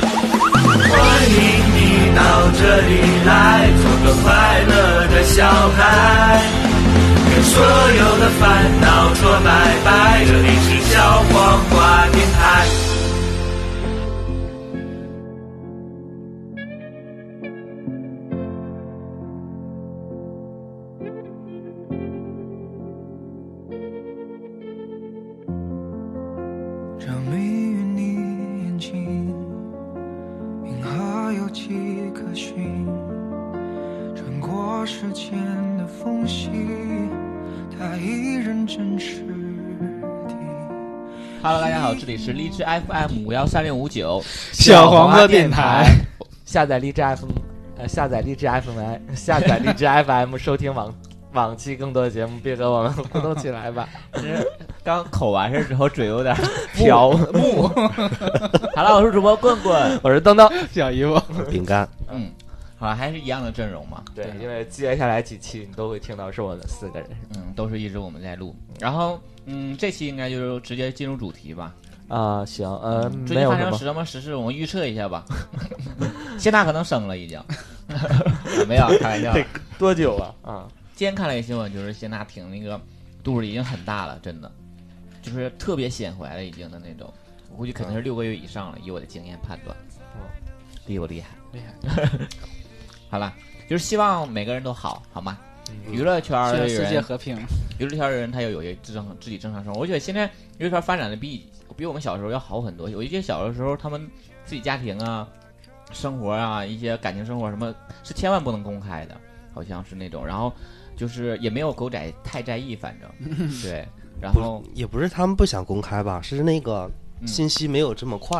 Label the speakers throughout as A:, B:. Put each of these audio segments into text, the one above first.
A: 欢迎你到这里来，做个快乐的小孩，跟所有的烦恼说拜拜。这里是小黄瓜电台。
B: 像蜜云你眼睛，银河有几颗星，穿过时间的缝隙，它依然真实地。
C: Hello，大家好，这里是荔枝 FM 五幺三六五九
D: 小黄瓜
C: 电
D: 电台。
C: 下载荔枝 FM，呃，下载荔枝 FM，下 载荔枝 FM，收听往 往期更多的节目，别和我们互动起来 吧。
D: 刚口完事之后，嘴有点
C: 朴木，好了，我是主播棍棍，我是登登。
D: 小姨夫。
E: 饼干，
D: 嗯，好了，还是一样的阵容嘛。
C: 对，因为接下来几期你都会听到是我们四个人。
D: 嗯，都是一直我们在录。然后，嗯，这期应该就是直接进入主题吧。
C: 啊、行，呃，
D: 最近
C: 没有
D: 发
C: 什
D: 生
C: 么
D: 嗯什么时事，我们预测一下吧。 谢娜可能生了已经， 没有开玩笑。
C: 多久了啊？
D: 今天看了一个新闻，就是谢娜挺那个肚子已经很大了，真的，就是特别显怀了已经的那种。我估计肯定是六个月以上了，以我的经验判断， 厉不厉害？
F: 厉害。
D: 好了，就是希望每个人都好，好吗？
C: 嗯
D: 娱乐圈儿
F: 希
D: 的
F: 望世界
D: 人，
F: 和平。
D: 娱乐圈儿的人他要有一个正自己正常生活。我觉得现在娱乐圈儿发展的比比我们小时候要好很多。我记得小的时候，他们自己家庭啊、生活啊、一些感情生活什么，是千万不能公开的，好像是那种。然后就是也没有狗仔太在意，反 正对。然后
E: 也不是他们不想公开吧，是那个
D: 嗯
E: 信息没有这么快。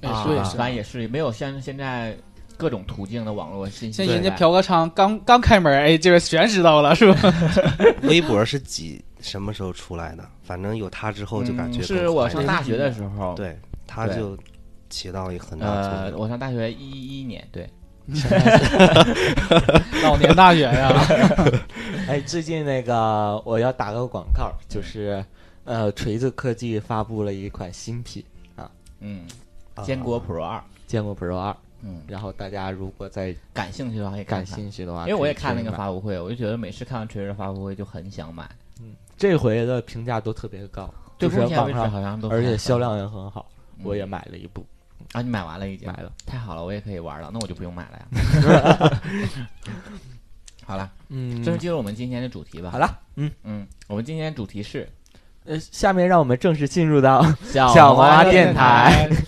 F: 哎，
D: 啊
F: 说也
D: 反
F: 是。
D: 正也是没有像现在各种途径的网络信息
F: 现
D: 时代。
F: 在人家嫖个娼刚刚开门，哎，这边全知道了，是吧？
E: 微博是几什么时候出来的？反正有它之后就感
D: 嗯
E: 觉更
D: 是我
E: 快
D: 上
E: 了
D: 大学的时候，
E: 对它
D: 对
E: 就起到一个很大作
D: 呃，
E: 用。。
D: 我上大学一一年， 对，
F: 老年大远呀、
D: 啊
C: 哎，最近那个我要打个广告，就是呃，锤子科技发布了一款新品
D: 嗯，
C: 啊
D: 坚果 Pro 二，
C: 《坚果 Pro 二》，
D: 嗯，
C: 然后大家如果在
D: 感兴趣的话可以看
C: 感
D: 看，
C: 兴趣的话，
D: 因为我也
C: 可以
D: 看那
C: 去
D: 个
C: 买，
D: 发布会，我就觉得每次看完锤子发布会就很想买，
C: 这回的评价都特别高，
D: 对，
C: 就是
D: 目前
C: 网
D: 为止
C: 上，
D: 好像都
C: 而且
D: 还
C: 销量也很好，我也
D: 嗯
C: 买了一部，
D: 啊，你买完了已经
C: 买了，
D: 太好了，我也可以玩了，那我就不用买了呀。 好了，
C: 嗯
D: 正式进入我们今天的主题吧。
C: 好，了，
D: 嗯，我们今天的主题是
C: 呃，下面让我们正式进入 到
D: 小
C: 小黄
D: 花
C: 鸭电台
D: 台。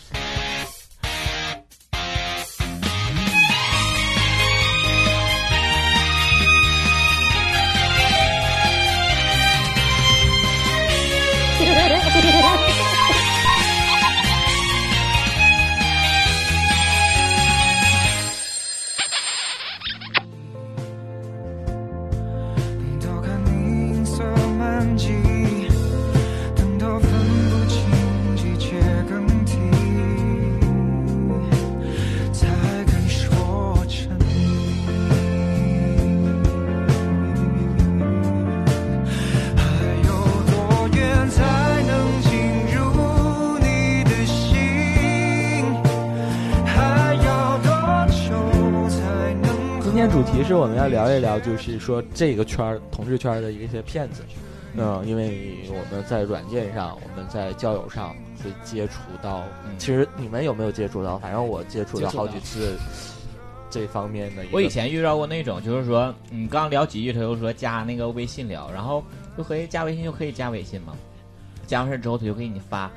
B: 等到看你银色满际，等到分不清季节更替，才肯说沉迷。还有多远才能进入你的心？还要多久才能？
C: 今天主题是我们要聊一聊，就是说这个圈儿同志圈儿的一些骗子。嗯，因为我们在软件上，我们在交友上会接触到。
D: 嗯
C: 其实你们有没有接触到？反正我接触到好几次这方面的一个。
D: 我以前遇到过那种，就是说，你刚聊几句，他就说加那个微信聊，然后就可以加微信，就可以加微信嘛。加完事之后，他就给你发，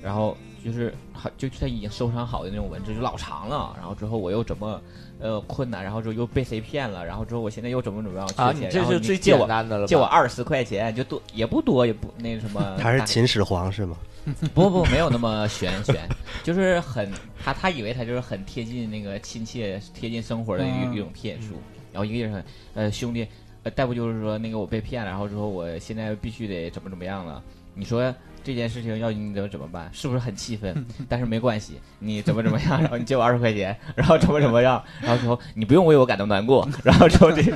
D: 然后就是好，就他已经收藏好的那种文字，就老长了。然后之后我又怎么呃困难，然后之后又被谁骗了，然后之后我现在又怎么怎么样
C: 啊，
D: 缺
C: 你
D: 钱
C: 这
D: 然后
C: 是
D: 你
C: 最
D: 借
C: 简
D: 我
C: 单的了吧。
D: 借我二十块钱，就多也不多，也不那什么
E: 他是
D: 大概
E: 秦始皇是吗？
D: 不不，没有那么玄玄，就是很他他以为他就是很贴近那个亲切、贴近生活的一
F: 嗯
D: 一种骗术。然后一个劲儿很呃兄弟，呃再不就是说那个我被骗了，然后之后我现在必须得怎么怎么样了。你说这件事情要你怎么怎么办？是不是很气愤？ 但是没关系，你怎么怎么样，然后你借我二十块钱，然后怎么怎么样，然后之后你不用为我感到难过，然后之后这就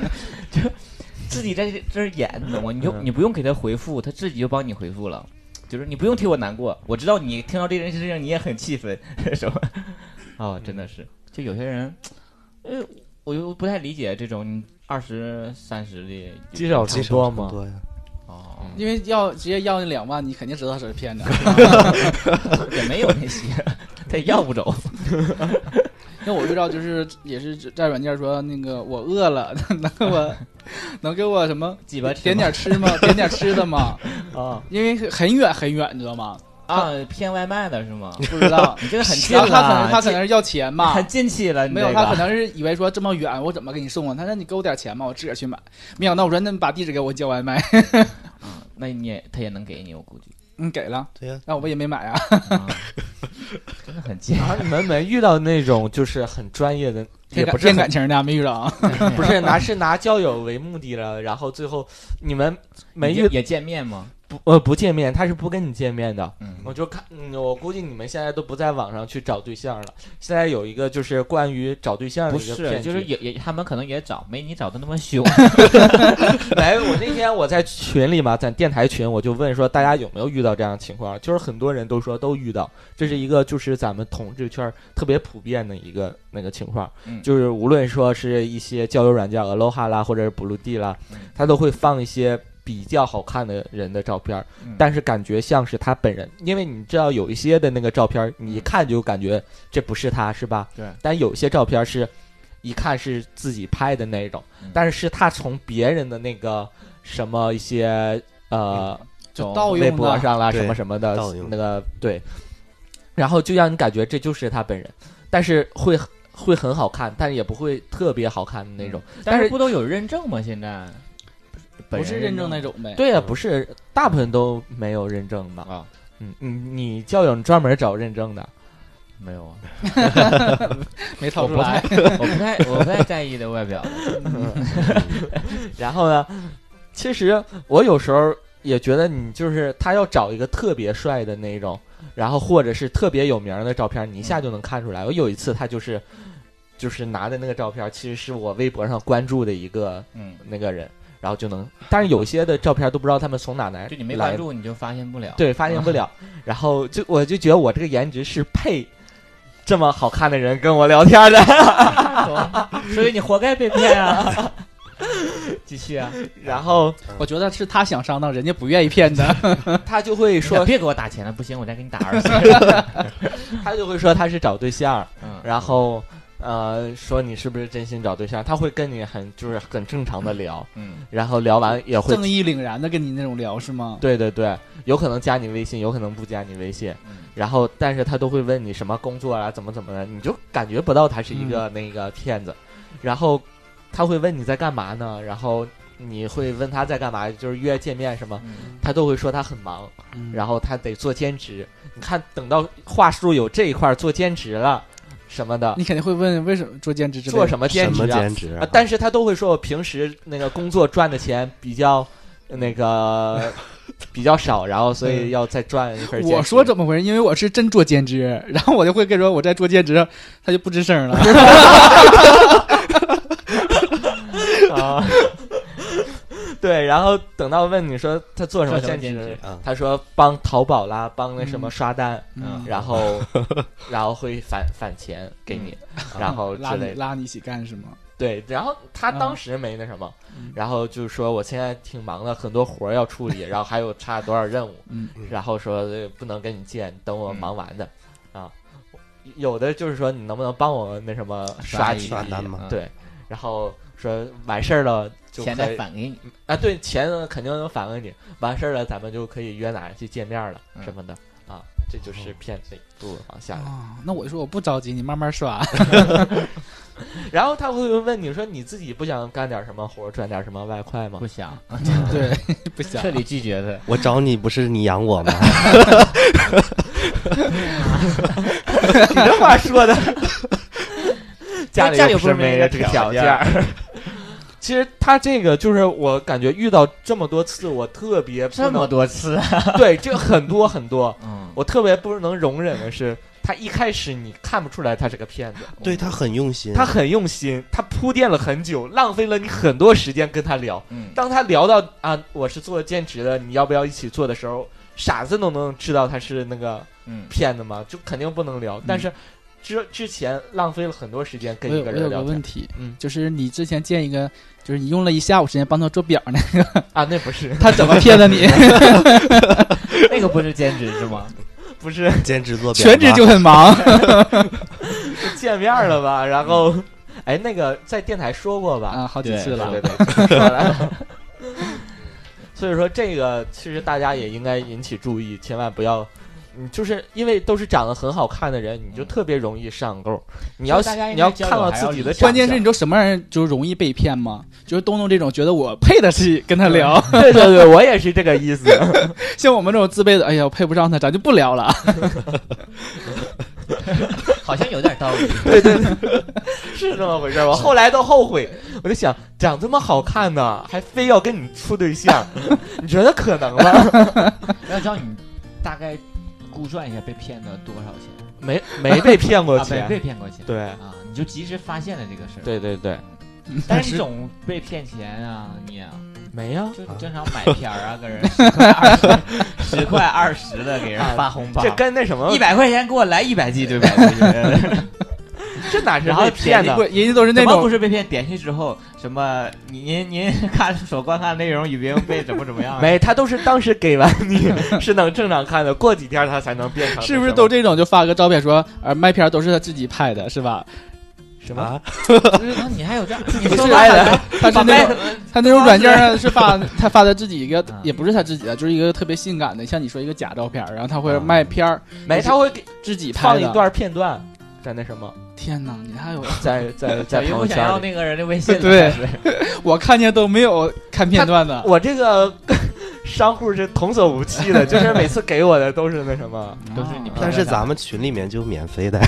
D: 自己在这这儿演，你懂吗？你就
C: 嗯
D: 你不用给他回复，他自己就帮你回复了。就是你不用替我难过，我知道你听到这件事情你也很气愤， 什么？哦，真的是，就有些人，呃，我就不太理解这种二十三十的
C: 积少
E: 极
C: 成多
E: 嘛，
C: 嘛。
E: 多呀，
D: 哦，
F: 因为要直接要那两万，你肯定知道他是 骗子。
D: 也没有那些，他也要不 走。
F: 因为我遇到就是也是在软件说那个我饿了， 能 给我能给我什么
D: 鸡巴吃
F: 点点吃吗？点点吃 的吗？
C: 啊，
F: 因为很远很远，你知道吗？
D: 啊，骗外卖的是吗？。
F: 不知道
D: 你这个很近
F: 然后
D: 了，
F: 啊他可能他可能是要钱嘛
D: 很，近期了，你
F: 没有
D: 这
F: 他
D: 个
F: 可能是以为说这么远我怎么给你送啊？他说你给我点钱嘛，我自个儿去买。没想到我说那你把地址给我叫外卖，
D: 嗯那你也他也能给你，我估计，
F: 嗯给了，
E: 对呀，
F: 但我也没买啊。
D: 啊真的很近。
C: 然后啊你们没遇到那种就是很专业的，也
F: 骗
C: 不
F: 感
C: 是
F: 骗
C: 很
F: 感情的没遇着啊，
C: 不是拿是拿交友为目的了，然后最后你们 没
D: 也
C: 遇
D: 也见面吗？
C: 不呃不见面，他是不跟你见面的。
D: 嗯
C: 我就看，嗯，我估计你们现在都不在网上去找对象了。现在有一个就是关于找对象的
D: 不
C: 一个
D: 是，
C: 骗
D: 就是
C: 局
D: 也也他们可能也找，没你找的那么凶。
C: 来，我那天我在群里嘛，在电台群，我就问说大家有没有遇到这样的情况？就是很多人都说都遇到，这是一个就是咱们同志圈儿特别普遍的一个那个情况，
D: 嗯
C: 就是无论说是一些交友软件 Aloha 啦，或者是 Blue D 啦
D: 嗯，
C: 它都会放一些。比较好看的人的照片儿，
D: 嗯
C: 但是感觉像是他本人，因为你知道有一些的那个照片儿，你一看就感觉这不是他，是吧？
D: 对。
C: 但有些照片儿是，一看是自己拍的那种，
D: 嗯
C: 但是是他从别人的那个什么一些呃，
F: 就
C: 从
F: 盗
C: 微
F: 用
C: 博
F: 的。
C: 上啦
E: 对
C: 什么什么的
E: 盗用
C: 那个对，然后就让你感觉这就是他本人，但是会会很好看，但是也不会特别好看的那种。但
D: 但
C: 是
D: 是不都有认证吗？现在本人
F: 不是认证那种
E: 嗯
F: 呗，
C: 对呀、不是大部分都没有认证的。
D: 啊，
C: 嗯，你你教友专门找认证的，
D: 没有啊，
F: 没套
D: 我
F: 出
D: 不太
F: 来。
D: 我不太我不太在意的外表，
C: 然后呢，其实我有时候也觉得你就是他要找一个特别帅的那种，然后或者是特别有名儿的照片，你一下就能看出来。我有一次他就是就是拿的那个照片，其实是我微博上关注的一个
D: 嗯，
C: 那个人，然后就能。但是有些的照片都不知道他们从哪来，
D: 就你没
C: 来
D: 关注你啊就发现不了。
C: 对，发现不了。 然后就我就觉得我这个颜值是配这么好看的人跟我聊天的。
D: 所以你活该被骗啊！继续啊！
C: 然后
F: 我觉得是他想上当，人家不愿意骗他。
C: 他就会
D: 你 俩
C: 说，
D: 哎别给我打钱了，不行，我再给你打二十。
C: 他就会说他是找对象儿，
D: 嗯
C: 然后呃说你是不是真心找对象，他会跟你很就是很正常的聊，
D: 嗯，
C: 然后聊完也会
F: 正义凛然的跟你那种聊是吗？
C: 对对对，有可能加你微信，有可能不加你微信，
D: 嗯
C: 然后但是他都会问你什么工作啊，怎么怎么的，你就感觉不到他是一个那个骗子，然后他会问你在干嘛呢，然后你会问他在干嘛，就是约见面什么，
D: 嗯
C: 他都会说他很忙，
F: 嗯
C: 然后他得做兼职，你看等到话术有这一块儿做兼职了什么的，
F: 你肯定会问为什么做兼职之类的
C: 做什么
E: 什
C: 兼职
E: 么
C: 啊？
E: 兼职
C: 啊，但是他都会说我平时那个工作赚的钱比较那个比较少，然后所以要再赚一份儿兼职。
F: 我说怎么回事？因为我是真做兼职，然后我就会跟说我在做兼职，他就不吱声了。
C: 啊， 对，然后等到问你说他做什么
D: 做什么
C: 兼
D: 兼
C: 职
D: 职，
E: 啊，
C: 他说帮淘宝啦，帮那什么刷单，
D: 嗯
C: 然后然后会返返钱给你，然后
F: 拉
C: 之
F: 你
C: 类的。
F: 拉你一起干是吗？
C: 对，然后他当
F: 嗯
C: 时没那什么，
F: 嗯
C: 然后就说我现在挺忙的，很多活儿要处理，然后还有差多少任务，
F: 嗯
C: 然后说呃不能跟你见，等我忙完的，啊，有的就是说你能不能帮我那什么刷
D: 一
C: 几
E: 刷
C: 笔
E: 单
D: 嗯
E: 嘛
C: 对，然后说完事儿了就
D: 钱
C: 可
D: 再
C: 以
D: 返给你。
C: 啊，对，钱呢肯定能返给你，完事儿了咱们就可以约哪儿去见面了
D: 嗯
C: 什么的啊，这就是骗子步往下来。
F: 哦，那我就说我不着急，你慢慢刷。
C: 然后他会问你说你自己不想干点什么活儿，赚点什么外快吗
D: 不？想，
F: 对，不想
D: 彻底拒绝他。
E: 我找你不是你养我吗？
C: 你这话说的， 家
D: 家里又不
C: 又不是
D: 是
C: 没
D: 没
C: 有
D: 这
C: 这
D: 个
C: 个条
D: 条件
C: 件。其实他这个就是我感觉遇到这么多次，我特别不
D: 这么
C: 能
D: 多次，
C: 对，这很多 很多，
D: 嗯，
C: 我特别不能容忍的是，他一开始你看不出来他是个骗子，
E: 对他很用心，
C: 他很用心，他铺垫了很久，浪费了你很多时间跟他聊。
D: 嗯，
C: 当他聊到啊，我是做兼职的，你要不要一起做的时候，傻子都能知道他是那个
D: 嗯，
C: 骗子嘛，就肯定不能聊。但是之之前浪费了很多时间跟
F: 嗯我
C: 一
F: 有
C: 个
F: 我
C: 人
F: 有个
C: 聊天
F: 问题，
C: 嗯
F: 就是你之前见一个，就是你用了一下午时间帮他做表那个，
C: 啊，那不是
F: 他怎么骗的你？
D: 那个不是兼职是吗？
C: 不是
E: 兼职做表
F: 全职
E: 吧
F: 就很忙，
C: 见面了
F: 嗯
C: 吧？然后哎，那个在电台说过吧？
F: 啊，好几次
D: 对
F: 了
C: 对。对对，
F: 嗯
C: 说了。 所以说，这个其实大家也应该引起注意，千万不要，嗯，就是因为都是长得很好看的人，
F: 嗯
C: 你就特别容易上钩。你要
D: 所以大家应该
C: 你要
D: 交
C: 看
D: 流
C: 到
D: 还要
C: 自己的
D: 理
C: 长相，
D: 性
F: 关 键是你知道什么人就是容易被骗吗？就是东东这种觉得我配得起跟他聊，
C: 对对对，我也是这个意思。
F: 像我们这种自卑的，哎呀，我配不上他，咱就不 聊了。
D: 好像有点道理。
C: 对对对， 是这么回事儿。我后来都后悔，我就想，长这么好看呢，还非要跟你处对象，你觉得可能吗？
D: 要知道你大概估算一下被骗了多少钱，
C: 没没被骗过
D: 啊，
C: 钱，
D: 被被骗过钱，
C: 对
D: 啊，你就及时发现了这个事儿。，
C: 对对对，
D: 但是你总被骗钱啊，你啊
C: 没呀、
D: 就正常买片儿啊，给人十块二十十块二十的给人发红包
C: 这，跟那什么
D: 一，百块钱给我来一百 G 对 吧？就是
C: 这哪是
D: 然后
C: 被骗呢
F: 不？人 家都是那
D: 怎么不
F: 种
D: 是被骗？点击之后什么？您您看所观看内容已经被怎么怎么样？
C: 没，他都是当时给完你 是能正常看的，过几天他才能变成
F: 是不是都
C: 这
F: 这种就发个照片说，呃，麦片都是他自己拍的，是吧？
C: 什么？
E: 啊，
D: 就是啊你还有这样？你
F: 不
D: 说
F: 是
D: 白了，
F: 他是
D: 把
F: 那
D: 麦
F: 种他那种软件
D: 发
F: 呢是 发他发的自己一个
D: 嗯，
F: 也不是他自己的，就是一个特别性感的，像你说一个假照片，然后他会
C: 嗯
F: 卖片儿
C: 没，他会给
F: 自己拍
C: 放
F: 的。
C: 一段片段，在那什么，
F: 天
G: 嗯
F: 哪，你还有
C: 在在在
D: 小姨
C: 朋
D: 不
C: 友
D: 想要
C: 圈里。
D: 那个人的微信了，
F: 对
D: 是
F: 我看见都没有看片段的。
C: 我这个商户是童叟无欺 的，就是每次给我的都是那什 么，
D: 都是你骗
E: 但是
D: 的
E: 咱们群里面就免费的，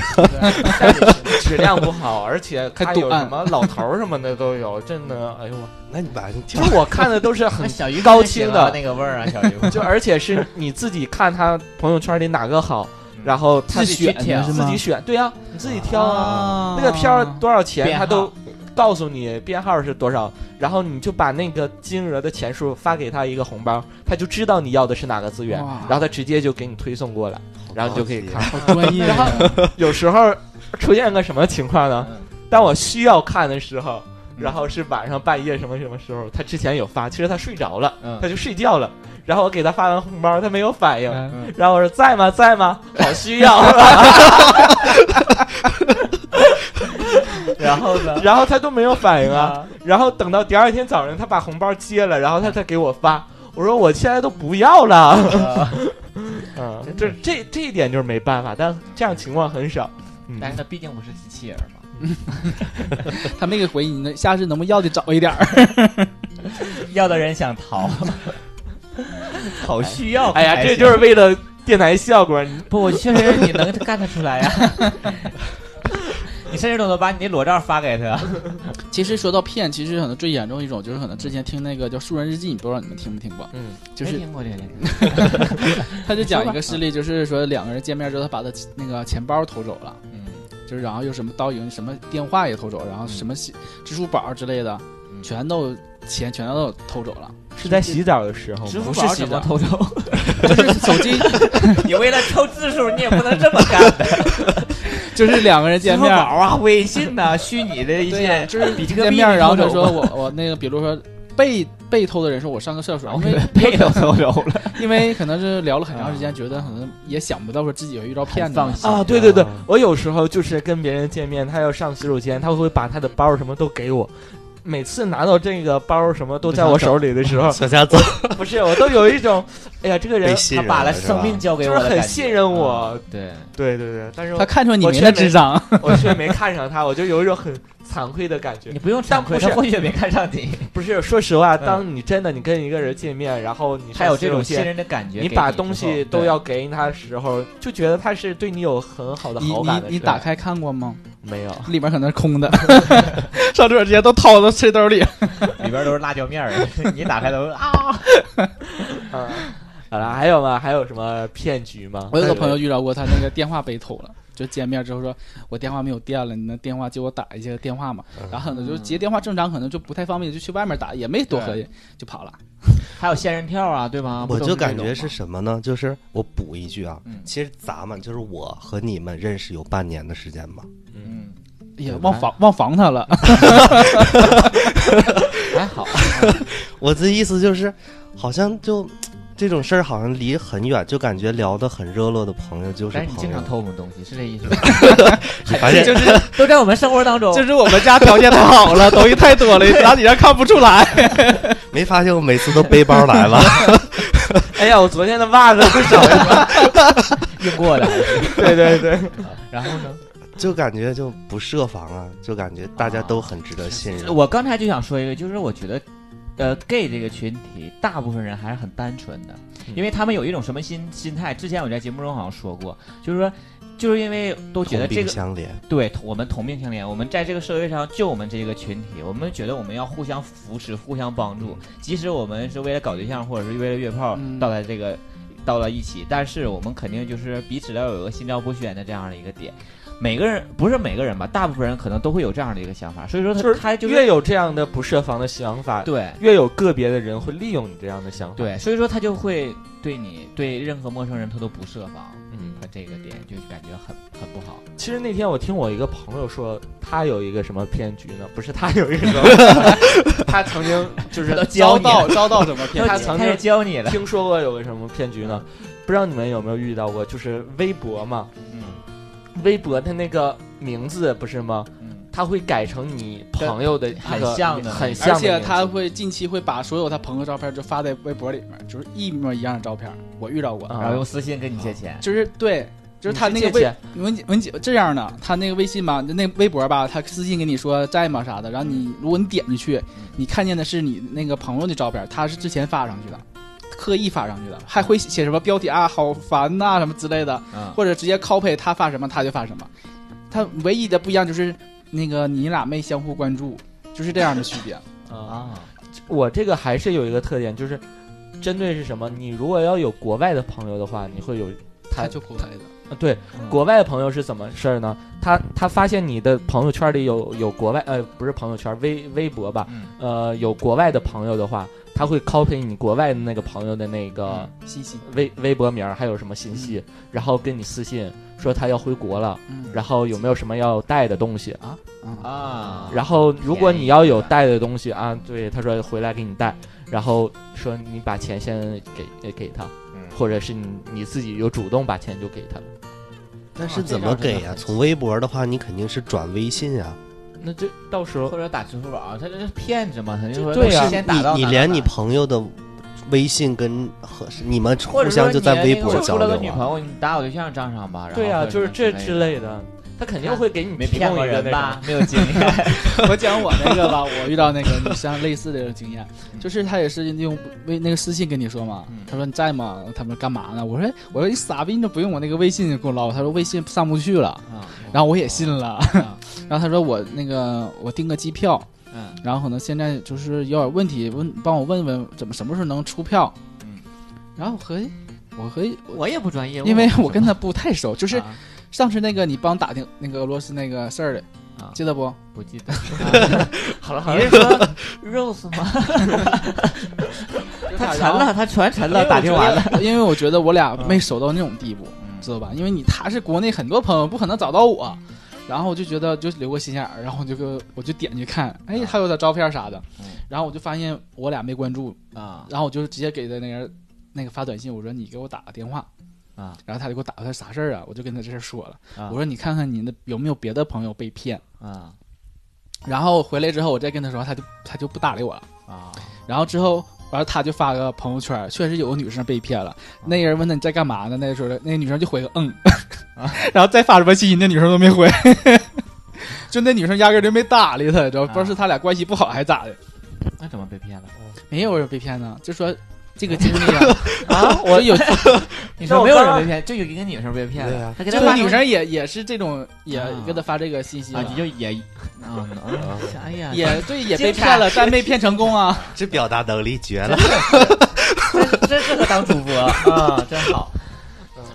C: 但是质量不好，而且
F: 还
C: 他
F: 毒
C: 有
F: 案
C: 什么老头儿什么的都有，真的，哎呦我，
E: 那你把你
C: 其实我看的都是很
D: 那小鱼
C: 高清的
D: 那个味儿啊，小鱼
C: 就而且是你自己看他朋友圈里哪个好，然后他
F: 自己选的
C: 去挑
F: 是
C: 自
F: 吗
C: 己选，对呀、你自己挑啊。
F: 啊
C: 那个片儿多少钱，
D: 编
C: 他
D: 号
C: 都告诉你编号是多少，然后你就把那个金额的钱数发给他一个红包，他就知道你要的是哪个资源，
F: 哇
C: 然后他直接就给你推送过来，然后你就可以看。
F: 好专业呀，
C: 有时候出现个什么情况呢？当我需要看的时候，
D: 嗯
C: 然后是晚上半夜什么什么时候，他之前有发，其实他睡着了，
D: 嗯
C: 他就睡觉了。然后我给他发完红包，他没有反应，
F: 嗯
C: 然后我说在吗在吗，好需要。
D: 然后呢？嗯
C: 然后他都没有反应啊。然后等到第二天早上，他把红包接了，然后他再给我发。我说我现在都不要了，
D: 呃
C: 嗯，这这这一点就是没办法，但这样情况很少。嗯
D: 但是他毕竟不是机器人嘛，
F: 他没给回你，那下次能不能要的早一点儿？
D: 要的人想逃，好需要。
C: 哎呀，这就是为了电台效果，你
D: 不，我确实你能干得出来呀。你甚至都能把你的裸照发给他，
F: 其实说到骗，其实可能最严重一种就是可能之前听那个叫《素人日记》，你不知道你们听没听过？
C: 嗯，
F: 就
D: 没
F: 是
D: 听过这个。
F: 他就讲一个事例，就是说两个人见面之后，他把他那个钱包偷走了，
D: 嗯，
F: 就是然后又什么刀银、什么电话也偷走，然后什么西支付宝之类的，
D: 嗯
F: 全都钱全都偷走了，
C: 是在洗澡的时候
D: 支
C: 吗？
D: 付
C: 啊
F: 不是
D: 宝
F: 洗
D: 怎么
F: 澡
D: 偷走？
F: 就是手机，
D: 你为了凑字数，你也不能这么 干的。
F: 就是两个人
D: 支
F: 见
D: 付
F: 面
D: 宝。啊，微信呐，虚拟的一
F: 对呀、
D: 些
F: 就是
D: 比特币
F: 见面，然后他
D: 偷走
F: 说
D: 吧
F: 我我那个，比如说被被偷的人说我上个厕所，因为
D: 配都偷走了，
F: 因为可能是聊了很长时间，觉得可能也想不到说自己会遇到骗子嘛，
C: 啊，对对对
E: 啊，
C: 我有时候就是跟别人见面，他要上洗手间，他会把他的包什么都给我。每次拿到这个包什么都在我手里 的时候，
E: 小家子
C: 不是我都有一种，哎呀，这个
E: 被
C: 人
E: 信
D: 他
E: 任
D: 把了
E: 是
D: 生
E: 吧
D: 命交给
C: 就
D: 我
C: 是
D: 的感觉，
C: 很信任我
D: 嗯。，对，
C: 对对对，但是我
F: 他看出你
C: 我
F: 没
C: 确
F: 那
C: 没
F: 智商，
C: 我却没看上他，我就有一种很惭愧的感觉
D: 你。不用
C: 但
D: 惭愧，
C: 不是
D: 他或许也没看上 你，
C: 不是，说实话，当你真的你跟一个人见面，然后你
D: 还有这种信
C: 些，
D: 任的感觉给
C: 你
D: 你之后，
C: 把东西都
D: 对
C: 要给他的时候，就觉得他是对你有很好的
F: 你
C: 好感的
F: 你
C: 时候。
F: 你打开看过 吗？
C: 没有？
F: 里面可能是 空的， 上厕所直接都掏到塞兜里。
D: 里边都是辣椒 面儿，你打开都啊，
C: 嗯， 好了，还有吗？还有什么骗局吗？哎
F: 我有个朋友遇到过，他那个电话被偷了，就见面之后说，我电话没有电了，你能电话借我打
C: 嗯
F: 一下电话吗？然后呢，就接电话正常，可能就不太方便，就去外面打，也没多合计，就跑了。
D: 还有仙人跳啊，对吧？
E: 我
D: 不都
E: 就感
D: 这
E: 觉
D: 种
E: 是什么呢？就是我补一句啊，
D: 嗯
E: 其实咱们就是我和你们认识有半年的时间吧。
D: 嗯，
F: 也忘防忘防他了，
D: 还 好，
E: 我的意思就是，好像就这种事儿好像离很远，就感觉聊得很热络的朋友就是
D: 但哎是你
E: 朋
D: 经
E: 友
D: 常。偷我们东西，是这意 思吗？
E: 你发现
D: 就是都在我们生活当中，
F: 就是我们家条件太好了，东西太多了，咱几人看不出来。
E: 没发现我每次都背包来了？
C: 哎呀，我昨天的袜子不少了。
D: 硬过的。
C: 对对对，
D: 然后呢？
E: 就感觉就不设防啊，就感觉大家都很值得信任。
D: 啊我刚才就想说一个，就是我觉得，呃，gay 这个群体，大部分人还是很单纯的，
C: 嗯
D: 因为他们有一种什么心心态。之前我在节目中好像说过，就是说，就是因为都觉得
E: 同
D: 这
E: 病
D: 个
E: 相怜，
D: 对同我们同病相怜，我们在这个社会上就我们这个群体，我们觉得我们要互相扶持、互相帮助，
C: 嗯
D: 即使我们是为了搞对象或者是为了约炮
F: 嗯
D: 到了这个、到了一起，但是我们肯定就是彼此要有一个心照不宣的这样的一个点。每个人不是每个人吧，大部分人可能都会有这样的一个想法，所以说他、
C: 就是
D: 他就是
C: 越有这样的不设防的想法，
D: 对
C: 越有个别的人会利用你这样的想法。，
D: 对，所以说他就会对你对任何陌生人他都不设防，
C: 嗯，
D: 他这个点就感觉很很不好。
C: 其实那天我听我一个朋友说，他有一个什么骗局呢？不是他有一个什么，他曾经就是
D: 他都教
C: 遭
F: 遭
D: 你了
F: 到遭到什么骗
C: 他
F: 局？
C: 曾
D: 开始
C: 经
D: 教你了，
C: 听说过有个什么骗局呢？不知道你们有没有遇到过？就是微博嘛，
D: 嗯
C: 微博它那个名字不是吗？
D: 嗯，
C: 它会改成你朋友的一个
D: 很像的
C: 很像
F: 而
C: 的名字，
F: 且他会近期会把所有他朋友照片就发在微博里面，就是一模一样的照片，我遇到过，
C: 啊
D: 然后用私信跟你借钱，
F: 就是对。就是他那个
C: 你去借
F: 微
C: 钱
F: 文文姐这样的，他那个微信吧，那微博吧，他私信给你说在吗啥的，然后你
C: 嗯
F: 如果你点进去，你看见的是你那个朋友的照片，他是之前发上去的，刻意发上去的，还会写什么标题啊，好烦呐、什么之类的，
D: 嗯，
F: 或者直接 copy 他发什么他就发什么。他唯一的不一样就是那个你俩没相互关注，就是这样的区别。
C: 啊。
D: 啊，
C: 我这个还是有一个特点，就是针对是什么？你如果要有国外的朋友的话，你会有他
F: 他就国外的，
C: 呃对
D: 嗯
C: 国外的朋友是怎么事儿呢？他他发现你的朋友圈里有有国外呃不是朋友圈微微博吧，
D: 嗯
C: 呃有国外的朋友的话，他会 copy 你国外的那个朋友的那
D: 嗯
C: 个
F: 西西，
C: 微微博名儿还有什么信息，然后跟你私信说他要回国了，
F: 嗯
C: 然后有没有什么要带的东西
F: 啊，
D: 啊，
C: 然后如果
D: 便宜
C: 你要有
D: 是吧
C: 带的东西啊，对，他说回来给你带，然后说你把钱先给给给他，
D: 嗯
C: 或者是你你自己有主动把钱就给他了，
E: 但是怎么给呀、
D: 啊这个真的很
E: 从微博的话，你肯定是转微信啊。
C: 那这到时候
D: 或者打支付宝，啊他这是骗子嘛？他就说
C: 对呀
D: 呀，先打到
E: 你你
D: 哪
E: 连
D: 哪
E: 你
D: 哪
E: 朋友的微信跟和你们
D: 或
E: 互
D: 者
E: 相
D: 说
E: 就
D: 你
E: 在微
D: 那个
E: 博
D: 我
E: 交
D: 处了个
E: 流
D: 女
E: 啊。
D: 朋友，你打我对象账上吧？然后
C: 对呀、啊
D: 或者
C: 就是
D: 什么
C: 这
D: 类
C: 之类的，他肯定会给你
D: 没
C: 提
D: 骗
C: 供
D: 过
C: 一个
D: 人
C: 那
D: 吧
C: 种，？
D: 没有经验，
F: 我讲我那 个吧，我遇到那个女生类似的经验，就是她也是用微那个私信跟你说嘛
D: 嗯，
F: 她说你在吗？他们干嘛呢？我说我说你傻逼，你都不用我那个微信给我捞，她说微信上不去了，然后我也信了，
D: 啊
F: 然后她说我那个我订个机票，
D: 嗯
F: 然后可能现在就是有点问题，问帮我问问怎么什么时候能出票，
D: 嗯，
F: 然后我和我和
D: 我也不专业，
F: 因为我跟
D: 他
F: 她不太熟，就是
D: 啊
F: 上次那个你帮打听那个俄罗斯那个事儿的，
D: 啊
F: 记得不？
D: 不记得。好了好了，你是说 Rose 吗？他哎沉了，他全沉了，打听完了。
F: 了，因为我觉得我俩没熟到那种地步，
D: 嗯
F: 知道吧？因为你他是国内很多朋友，不可能找到我，然后我就觉得就留个心眼儿，然后我就给我就点去看，哎，他有他照片啥的
D: 嗯，
F: 然后我就发现我俩没关注，
D: 啊
F: 然后我就直接给他那人那个发短信，我说你给我打个电话。
D: 啊
F: 然后他就给我打，他说啥事儿啊？我就跟他这事儿说了，
D: 啊
F: 我说你看看你的有没有别的朋友被骗。
D: 啊
F: 然后回来之后，我再跟他说，他就他就不搭理我了。
D: 啊！
F: 然后之后，完了他就发个朋友圈，确实有个女生被骗
D: 啊
F: 了。那人问他你在干嘛呢？那时候那个女生就回个嗯，
D: 啊
F: 然后再发什么信息，那女生都没回， 就那女生压根儿就没搭理他，知道不知道
D: 啊
F: 是他俩关系不好还是咋的？
D: 那怎么被骗了？
F: 没有人被骗呢，就说这个经历啊，啊，我有
D: 你说没有人被骗，就有一个女生被骗
E: 对
D: 了
E: 啊，
D: 他给
F: 这
D: 他
F: 个
D: 发
F: 女
D: 生
F: 生也也是这种，也
D: 啊
F: 给他发这个信息
D: 啊，
F: 了。
D: 你就也 啊，嗯哎呀，
F: 也对，也被
D: 精彩
F: 骗了，但没骗成功啊！
E: 这表达能力绝了！
D: 真真适合当 主播啊，真好。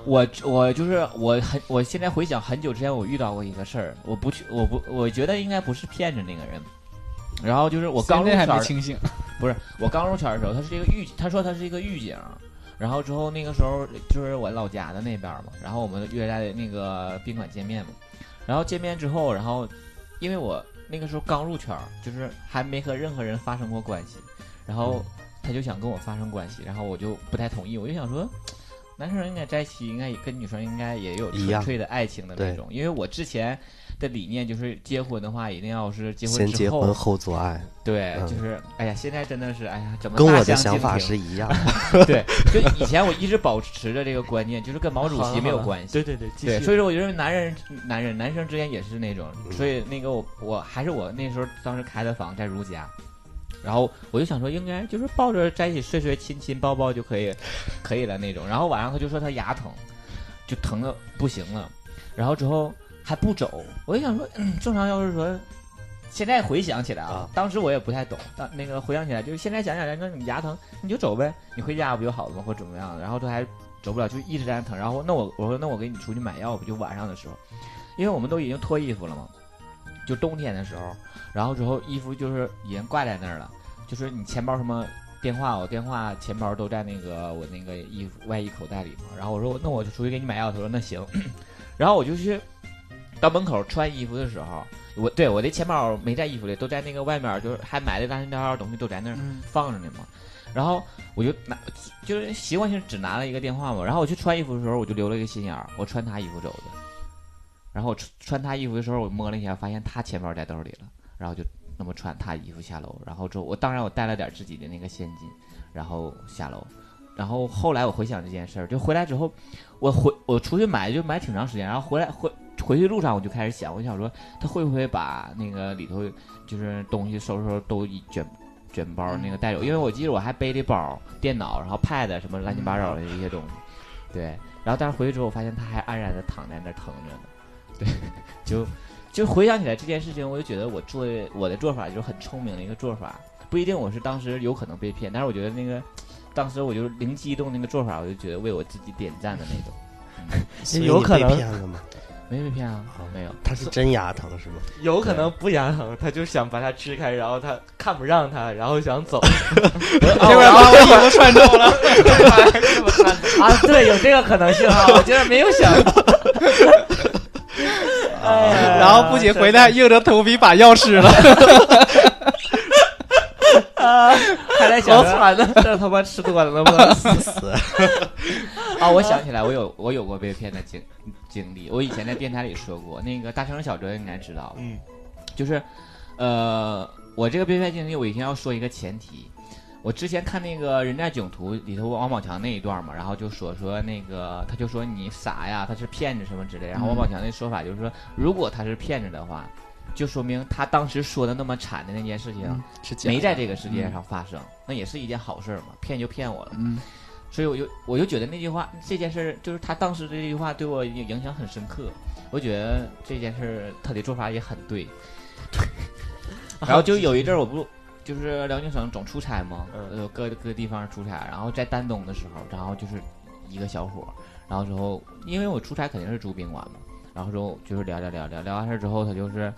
D: 我我就是我很我现在回想很久之前我遇到过一个事儿，我不去我不我觉得应该不是骗子那个人，然后就是我刚入
F: 现在
D: 圈
F: 还
D: 儿
F: 没，清醒，
D: 不是我刚入圈儿的时候，他是一个狱，他说他是一个狱警，然后之后那个时候就是我老家的那边儿嘛，然后我们约在那个宾馆见面嘛，然后见面之后，然后因为我那个时候刚入圈儿，就是还没和任何人发生过关系，然后 他就想跟我发生关系，然后我就不太同意，我就想说。男生应该在一起，应该也跟女生应该也有
E: 一
D: 纯
E: 样
D: 粹的爱情的那
E: 对
D: 种。因为我之前的理念就是，结婚的话一定要是结婚
E: 先
D: 之
E: 结
D: 后
E: 婚后做爱，
D: 对，
E: 嗯
D: 就是哎呀，现在真的是哎呀，怎么
E: 跟
D: 大
E: 我的
D: 相
E: 想
D: 径
E: 法
D: 庭
E: 是一样。
D: 对， 就以前我一直保持着这个观念，就是跟毛主席没有关系。
C: 对对对，继
D: 对，
C: 续
D: 所以说我觉得男人、男人、男生之间也是那种，
E: 嗯
D: 所以那个我我还是我那时候当时开的房在如家，然后我就想说应该就是抱着在一起睡睡亲亲抱抱就可以，可以了那种。然后晚上他就说他牙疼，就疼的不行了，然后之后还不走，我就想说、嗯正常要是说。现在回想起来啊
E: 啊，
D: 当时我也不太懂，当那个回想起来，就是现在想想，那你牙疼你就走呗，你回家不就好了吗？或者怎么样的？然后他还走不了，就一直在那疼。然后那我我说那我给你出去买药吧，就晚上的时候，因为我们都已经脱衣服了嘛，就冬天的时候，然后之后衣服就是已经挂在那儿了，就是你钱包什么电话，我电话钱包都在那个我那个衣服外衣口袋里嘛。然后我说那我就出去给你买药，他说那行，然后我就去到门口穿衣服的时候。我对我的钱包没在衣服里，都在那个外面，就是还买的乱七八糟的东西都在那儿
F: 嗯
D: 放着呢嘛。然后我就拿，就是习惯性只拿了一个电话嘛。然后我去穿衣服的时候，我就留了一个心眼儿，我穿他衣服走的。然后我穿穿他衣服的时候，我摸了一下，发现他钱包在兜里了，然后就那么穿他衣服下楼。然后之后，我当然我带了点自己的那个现金，然后下楼。然后后来我回想这件事儿，就回来之后，我回我出去买就买挺长时间，然后回来回回去路上我就开始想，我就想说他会不会把那个里头就是东西收拾收拾都一卷卷包那个带走，因为我记得我还背了包、电脑，然后 pad 什么乱七八糟的一些东西，对。然后但是回去之后，我发现他还安然的躺在那儿疼着呢，对， 就就回想起来这件事情，我就觉得我做的我的做法就是很聪明的一个做法，不一定我是当时有可能被骗，但是我觉得那个当时我就是灵机一动那个做法，我就觉得为我自己点赞的那种，
E: 所以
C: 有
E: 你
C: 可
E: 被
C: 能
E: 骗了吗？
D: 没被骗啊，没有。
E: 他是真牙疼是吗？
C: 有可能不牙疼，他就想把它支开，然后他看不上他，然后想走，
F: 结果把我衣服穿走了，
D: 啊，对，有这个可能性啊，我竟然没有想到。哎呀
F: 然后不仅回来，硬着头皮把药吃了。
C: 啊
D: 还在想惨的，这他妈吃多了能不能死
E: 死
D: 啊！我想起来，我有我有过被骗的经经历，我以前在电台里说过，那个大学生小哲应该知道，
C: 嗯，
D: 就是呃，我这个被骗经历，我一定要说一个前提。我之前看那个《人在囧途》里头王宝强那一段嘛，然后就说说那个，他就说你傻呀，他是骗子什么之类。然后王宝强那说法就是说，如果他是骗子的话，就说明他当时说的那么惨的那件事情，
F: 是假的
D: 没在这个世界上发生，那也是一件好事儿嘛，骗就骗我了。
F: 嗯，
D: 所以我就我就觉得那句话这件事儿，就是他当时的这句话对我影影响很深刻。我觉得这件事儿他的做法也很 对。然后就有一阵儿我不就是辽宁省总出差嘛，
C: 嗯
D: 呃各各地方出差，然后在丹东的时候，然后就是一个小伙儿，然后之后因为我出差肯定是住宾馆嘛，然后之后就是聊聊聊聊聊完事儿之后，他就是，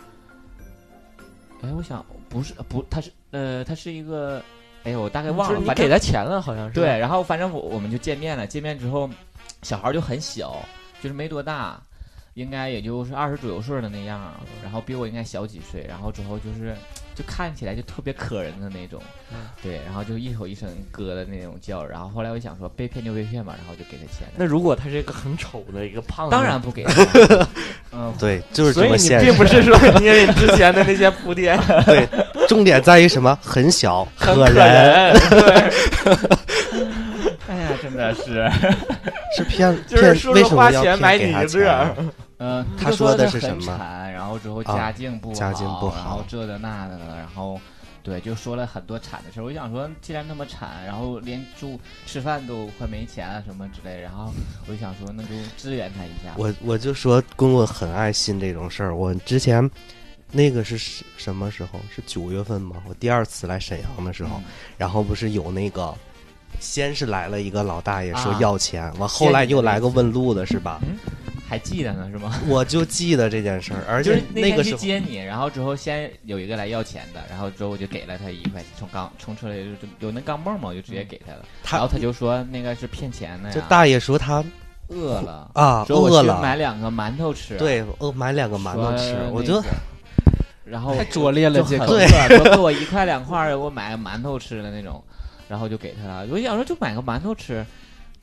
D: 哎，我想不是不他是呃他是一个，哎我大概忘
C: 嗯就是
D: 了，
C: 你
D: 反正
C: 给他钱了，好像是
D: 对，然后反正我我们就见面了，见面之后，小孩儿就很小，就是没多大，应该也就是二十左右岁儿的那样儿，然后比我应该小几岁，然后之后就是就看起来就特别可人的那种，
C: 嗯
D: 对，然后就一口一声咯的那种叫，然后后来我想说被骗就被骗吧，然后就给他钱了，
C: 那如果他是一个很丑的一个胖子，
D: 当然不给 了，嗯，
E: 对，就是
C: 所
E: 这
C: 以
E: 么
C: 你
E: 现实
C: 并。不是说 因为你之前的那些铺垫
E: 对，重点在于什么？很小，
C: 很
E: 可人，
C: 人，
D: 哎呀，真的是，
E: 是骗
C: 就是
E: 骗
C: 叔，
E: 为
C: 叔
E: 什
C: 花
E: 么要
C: 钱买
E: 骗给
C: 你
E: 他
C: 一
E: 钱啊？
C: 乐，
D: 嗯，
E: 他
D: 就
E: 说
D: 说
E: 的
D: 他
E: 是
D: 很
E: 什么
D: 惨然后之后
E: 啊
D: 家境不好，
E: 家境不
D: 然
E: 好
D: 后这的那的的，然后对，就说了很多惨的事儿。我就想说，既然那么惨，然后连住吃饭都快没钱了什么之类，然后我就想说，那就支援他一下。
E: 我我就说滚滚很爱信这种事儿。我之前那个是什什么时候？是九月份吗？我第二次来沈阳的时
D: 嗯
E: 候，然后不是有那个，先是来了一个老大爷说
D: 啊
E: 要钱，完、后来又来个问路的是吧？
D: 嗯还记得呢，是吗？
E: 我就记得这件事儿，而
D: 就是
E: 且
D: 那
E: 个
D: 天
E: 时
D: 去
E: 候
D: 接你，然后之后先有一个来要钱的，然后之后我就给了他一块钱，从钢从车里就有那钢镚嘛，我就直接给他了。
E: 嗯他
D: 然后他就说那个是骗钱的
E: 就
D: 呀，
E: 大爷说他
D: 饿了，
E: 啊
D: 说我
E: 饿
D: 去
E: 了，
D: 买两个馒头吃。
E: 对，我买两个馒头吃
D: 说那，
E: 我就
D: 个然后
F: 太拙劣了，
D: 就
F: 这
D: 很
F: 个。
E: 对
D: 饿，说给我一块两块儿，我买个馒头吃的那种，然后就给他了。我就想说就买个馒头吃，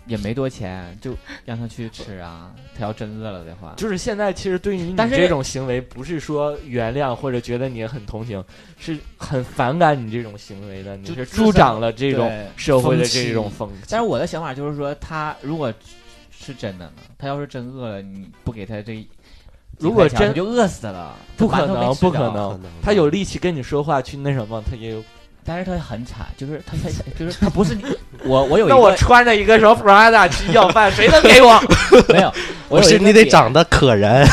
D: 也没多钱，就让他去吃啊。他要真饿了的话，
C: 就是现在，其实对于你
D: 但是
C: 这种行为，不是说原谅或者觉得你很同情，是很反感你这种行为的。你
D: 就是自
C: 助长了这种
D: 对
C: 社会的
F: 风气
C: 这种风气。
D: 但是我的想法就是说，他如果是真的呢，他要是真饿了，你不给他这一，
C: 如果
D: 几块钱
C: 真
D: 就饿死了，
C: 不可
D: 馒头没
C: 能，
D: 吃着
C: 不可
E: 可
C: 能
E: 能，
C: 他有力气跟你说话去那什么，他也有。
D: 但是他很惨，就是他他就是他不是你， 我 我有一
C: 那我
D: 个
C: 穿着一个什么 Prada 去要饭，谁能给 我？
D: 没有，我
E: 不
D: 有一
E: 是
D: 个
E: 你得
D: 点
E: 长得 可人，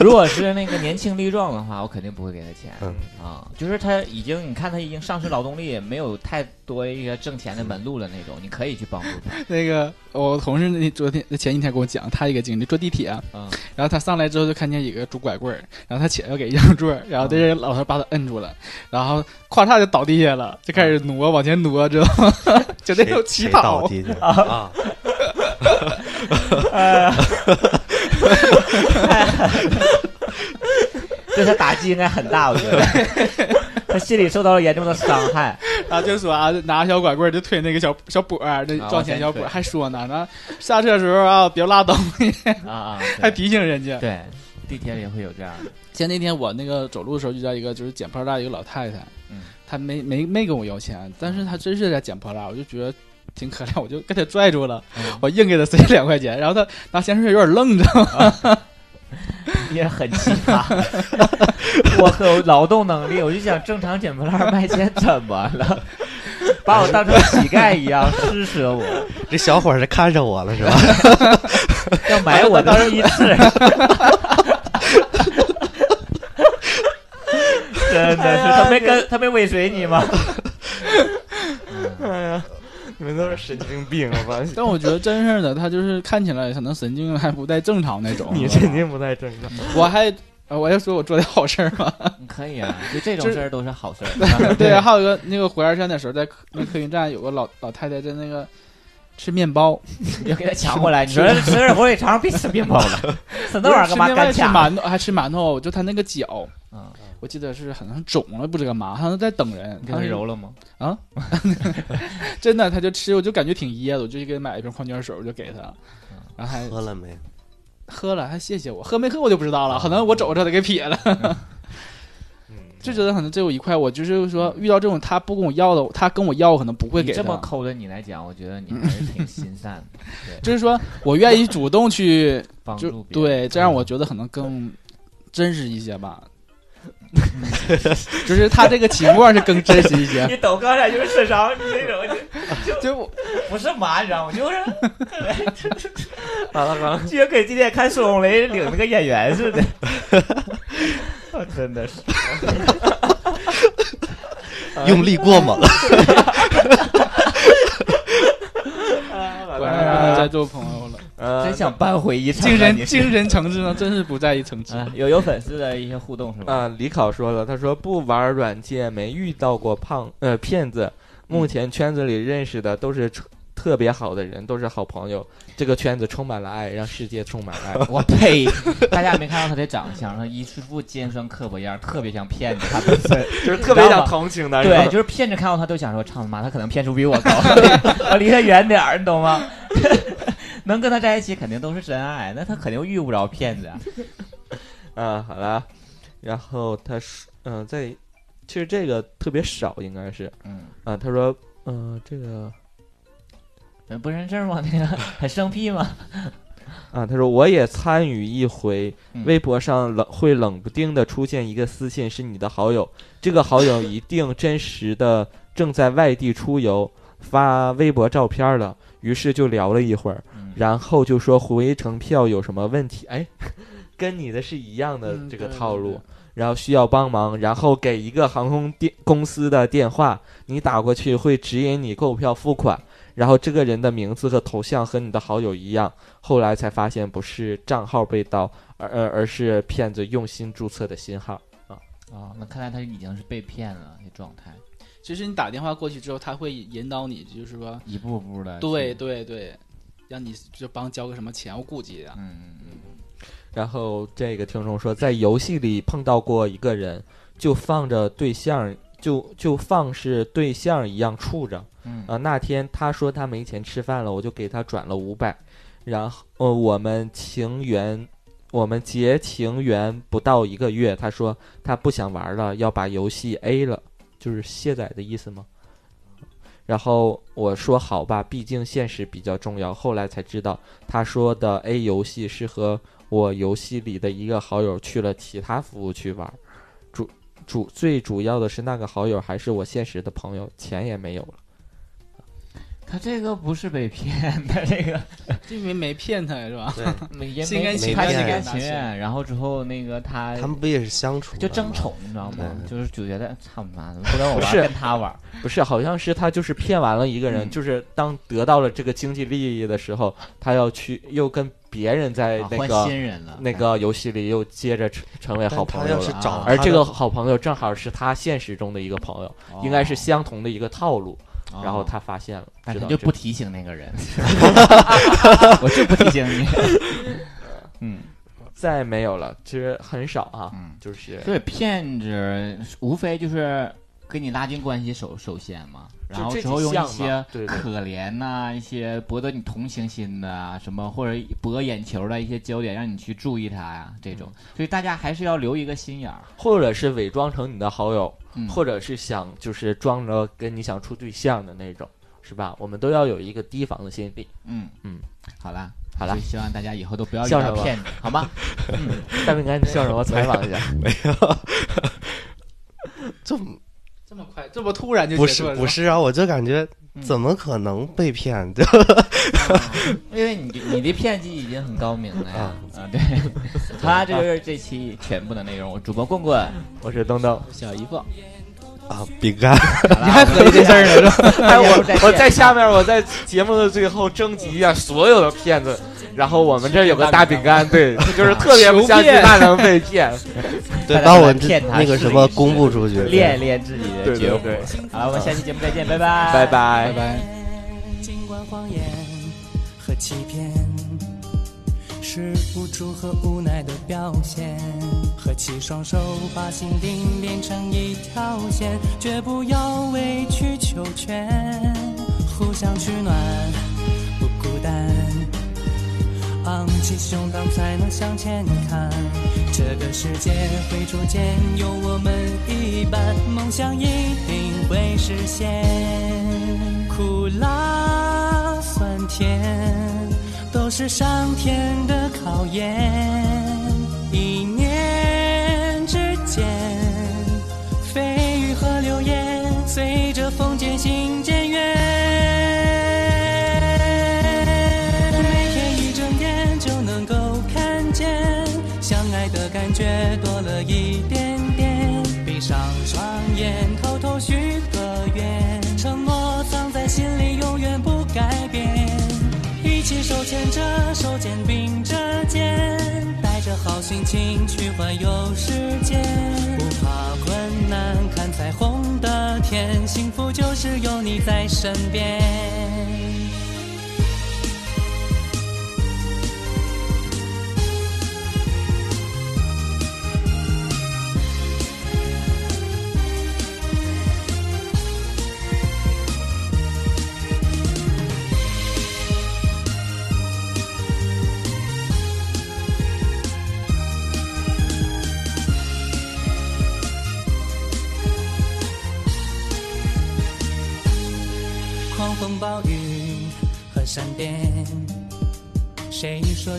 D: 如果是那个年轻力壮的话，我肯定不会给他钱。
E: 嗯
D: 啊，就是他已经，你看他已经丧失劳动力，没有太多一个挣钱的门路了那种，你可以去帮助 他。
F: 那个我同事那昨天前几天跟我讲他一个经历，坐地铁，啊
D: 嗯
F: 然后他上来之后就看见有个拄拐棍儿，然后他起来要给让座儿，然后这人老头把他摁住了，然后咵嚓就倒地下了，就开始挪往前挪，知道吗？ 就那种
E: 谁
F: 乞
E: 谁倒
F: 讨，
E: 地去啊？
D: 对他打击应该很大，我觉 得他心里受到了严重的伤害。
F: 然后就说啊，拿小拐棍儿就推那个小小跛儿，那
D: 啊
F: 撞钱小跛
D: 往前推
F: 儿，还说呢，那下车的时候啊，别拉东西，
D: 啊啊，对
F: 还提醒人家。
D: 对，地铁里会有这样的。
F: 前那天我那个走路的时候遇到一个就是捡破烂一个老太太，
D: 嗯
F: 她没没没跟我要钱，但是她真是在捡破烂，我就觉得挺可怜，我就给她拽住了，
D: 嗯
F: 我硬给她塞两块钱，然后她拿钱水有点愣着，
D: 你也很奇葩，我很有劳动能力，我就想正常捡破烂卖钱怎么了？把我当成乞丐一 样施舍我，
E: 这小伙儿是看上我了是吧？
D: 要买我的第一 次。真
F: 哎
D: 的是，他没跟他没尾随你吗？
C: 哎呀，你们都是神经病吧？
F: 但我觉得真事儿的，她就是看起来可能神经还不太正常那种。
C: 你神经不太正常。
F: 我还。呃我要说我做的好事儿吗？
D: 可以啊，就这种
F: 就
D: 事儿都是好事 儿。啊
F: 对，啊还有一个那个回二山的时候，在客那客运站有个老老太太在那个吃面包，
D: 你就给他抢过来，你说吃点火腿肠，别吃面包了， 吃那玩意儿干嘛
F: 吃面包
D: 干
F: 还吃
D: 抢？
F: 馒头，还吃馒头，就她那个脚，
D: 嗯，
F: 我记得是好像肿了，不知干嘛，好像在等人
D: 你。给
F: 他
D: 他
F: 是
D: 揉了吗？
F: 真的，他就吃，我就感觉挺噎的，我就给他买一瓶矿泉水，我就给他，
D: 嗯
F: 然后还
E: 喝了没？
F: 喝了，还谢谢我，喝没喝我就不知道了，
D: 嗯
F: 可能我走着他给撇了， 就觉得可能这有一块，我就是说遇到这种他不跟我要的，他跟我要，我可能不会
D: 你
F: 给
D: 这么
F: 他。
D: 抠的你来讲，我觉得你还是挺心善 的，
F: 就是说我愿意主动去，
D: 帮
F: 就
D: 助别人。嗯
F: 对，这样我觉得可能更真实一些吧。 就是他这个情况是更真实 一些，
D: 你懂，刚才就是智商，你那种
F: 就我
D: 不是麻，你知道吗？就是
C: 完了完了，
D: 就跟今天看孙红雷领那个演员似 的，啊真的是。
E: 用力过猛，
F: 果
C: 哎
F: 然在做朋友了，
C: 呃
D: 真，想扳回一城啊。
F: 精神
D: 你
F: 精神层次呢，真是不在一层次。
D: 啊，有有粉丝的一些互动是吧？
C: 啊，李考说了，他说不玩软件，没遇到过胖呃骗子。目前圈子里认识的都是特特别好的人，都是好朋友。这个圈子充满了爱，让世界充满爱。
D: 我呸！大家没看到他的长相，他一副尖酸刻薄样，特别像骗子。他本身
C: 就是特别想同情的，
D: 对，就是骗子看到他都想说：“操他妈，他可能骗术比我高， 我离他远点儿，你懂吗？” 能跟他在一起肯定都是真爱，那他肯定遇不着骗子啊。
C: 啊，好了，然后他说，嗯、在其实这个特别少，应该是
D: 嗯。
C: 啊，他说，嗯、这个
D: 呃不认字吗？那个很生僻吗？
C: 啊，他说我也参与一回，
D: 嗯
C: 微博上冷会冷不丁的出现一个私信，是你的好友，这个好友一定真实的正在外地出游，发微博照片了，于是就聊了一会儿，
D: 嗯
C: 然后就说回程票有什么问题？哎， 跟你的是一样的
F: 嗯
C: 这个
F: 对
C: 套
F: 对
C: 路。
F: 对
C: 然后需要帮忙，然后给一个航空电公司的电话，你打过去会指引你购票付款，然后这个人的名字和头像和你的好友一样，后来才发现不是账号被盗，而而而是骗子用心注册的新号。
D: 啊、那看来他已经是被骗了的状态，
F: 其实你打电话过去之后，他会引导你，就是说，
D: 一步步的。
F: 对
D: 对，
F: 对对，让你就帮交个什么钱，我 估计啊，
D: 嗯嗯嗯，
C: 然后这个听众说，在游戏里碰到过一个人，就放着对象，就就放是对象一样处着。
D: 嗯
C: 啊，那天他说他没钱吃饭了，我就给他转了五百，然后、呃、我们情缘，我们结情缘不到一个月，他说他不想玩了，要把游戏 A 了，就是卸载的意思吗？然后我说好吧，毕竟现实比较重要。后来才知道，他说的 A 游戏是和我游戏里的一个好友去了其他服务区玩儿，主主最主要的是那个好友还是我现实的朋友，钱也没有了。
D: 他这个不是被骗，他这个
F: 这没没骗他是吧？
E: 对，
D: 没也
F: 心甘
D: 没
E: 情
D: 他
E: 愿
D: 心甘
F: 拿
D: 情愿，
F: 钱
D: 然后之后那个他
E: 他们不也是相处
D: 就
E: 的
D: 争
E: 吗
D: 宠，你知道吗？
E: 对
D: 就是就觉得哎操你妈的，不跟我
C: 不
D: 玩
C: 是
D: 儿，跟他玩儿。
C: 不是，好像是他就是骗完了一个人，
D: 嗯
C: 就是当得到了这个经济利益的时候，他要去又跟别人在
D: 啊
C: 哎那
D: 换
C: 个、
D: 新人了，
C: 那个游戏里又接着成成为
E: 但
C: 好
E: 他
C: 朋友
E: 要是
C: 了。
E: 找
D: 啊
E: 他
C: 而这
E: 的
C: 个好朋友正好是他现实中的一个朋友，
D: 哦
C: 应该是，相同的一个套路。
D: 哦
C: 然后他发现了，
D: 但
C: 知
D: 他
C: 道
D: 就
C: 这
D: 不提醒那个 人， 我就不提醒你。嗯
C: 再没有了，其实很少啊，
D: 嗯，
C: 就是
D: 所以骗子无非就是跟你拉近关系首首先嘛，然后
C: 就这
D: 之后
C: 几
D: 用一
C: 项
D: 些
C: 嘛对对
D: 可怜呐、一些博得你同情心的啊，什么或者博眼球的一些焦点，让你去注意他呀、这种。
C: 嗯
D: 所以大家还是要留一个心眼儿。
C: 或者是伪装成你的好友，
D: 嗯，
C: 或者是想就是装着跟你想处对象的那种，是吧？我们都要有一个提防的心理。
D: 嗯
C: 嗯，
D: 好啦。
C: 好啦
D: 所以希望大家以后都不要遇
C: 笑
D: 到
C: 什么
D: 骗子，好吗？
C: 大饼干，你笑什么？采访一下。
E: 这
F: 这么快，这么突然就
E: 不
F: 结束
E: 是
F: 了
E: 不，是啊，嗯我就感觉
D: 嗯
E: 怎么可能被骗？对
D: 因为你你的骗技已经很高明了 呀。啊，对，好啦，这就是这期全部的内容。我主播棍棍，
C: 我是东东，
F: 小姨夫，
E: 啊，饼干，
D: 你还合计这事儿呢？
C: 哎，我
D: 再见
C: 我在下面，我在节目的最后征集一下所有的骗子，然后我们这儿有个大饼干，对，就是特别不相信他能被骗。
E: 对，
D: 大家
E: 把我
D: 来
E: 这
D: 骗他
E: 那个
D: 试
E: 什
D: 一
E: 么
D: 试
E: 公布出去。
D: 练一练自己的
C: 对
D: 觉
C: 对
D: 悟。
C: 对，
D: 好了，我们下期节目再见，拜拜，
C: 拜。拜
F: 拜。拜。
G: 尽管谎言和欺骗是无助和无奈的表现，合起双手把心灵连成一条线，绝不要委曲求全，互相取暖，不孤单。昂起胸膛才能向前看。这个世界会逐渐有我们一半，梦想一定会实现。苦辣酸甜都是上天的考验，一念之间，蜚语和流言随着风渐行渐远。每天一睁眼就能够看见，相爱的感觉多了一点点。闭上双眼，偷偷许个愿，承诺藏在心里，永远不改变。一起手牵着手，肩并着肩，带着好心情去环游世界，不怕困难，看彩虹的天，幸福就是有你在身边。狂风暴雨和闪电，谁说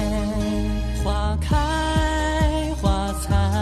G: 花开花残，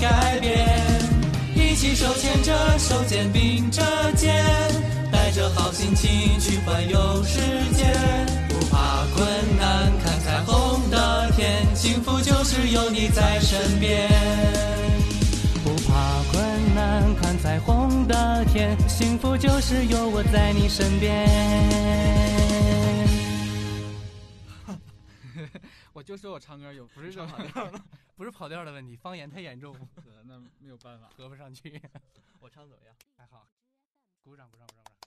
G: 改变。一起手牵着手，肩并着肩，带着好心情去环游世界，不怕困难，看彩虹的天，幸福就是有你在身边。不怕困难，看彩虹的天，幸福就是有我在你身边。
F: 我就说我唱歌有不是
G: 唱跑调了，不是跑调的问题，方言太严重，
F: 那没有办法。
G: 合不上去。
E: 我唱怎么样？
G: 还好，鼓掌鼓掌鼓掌鼓掌。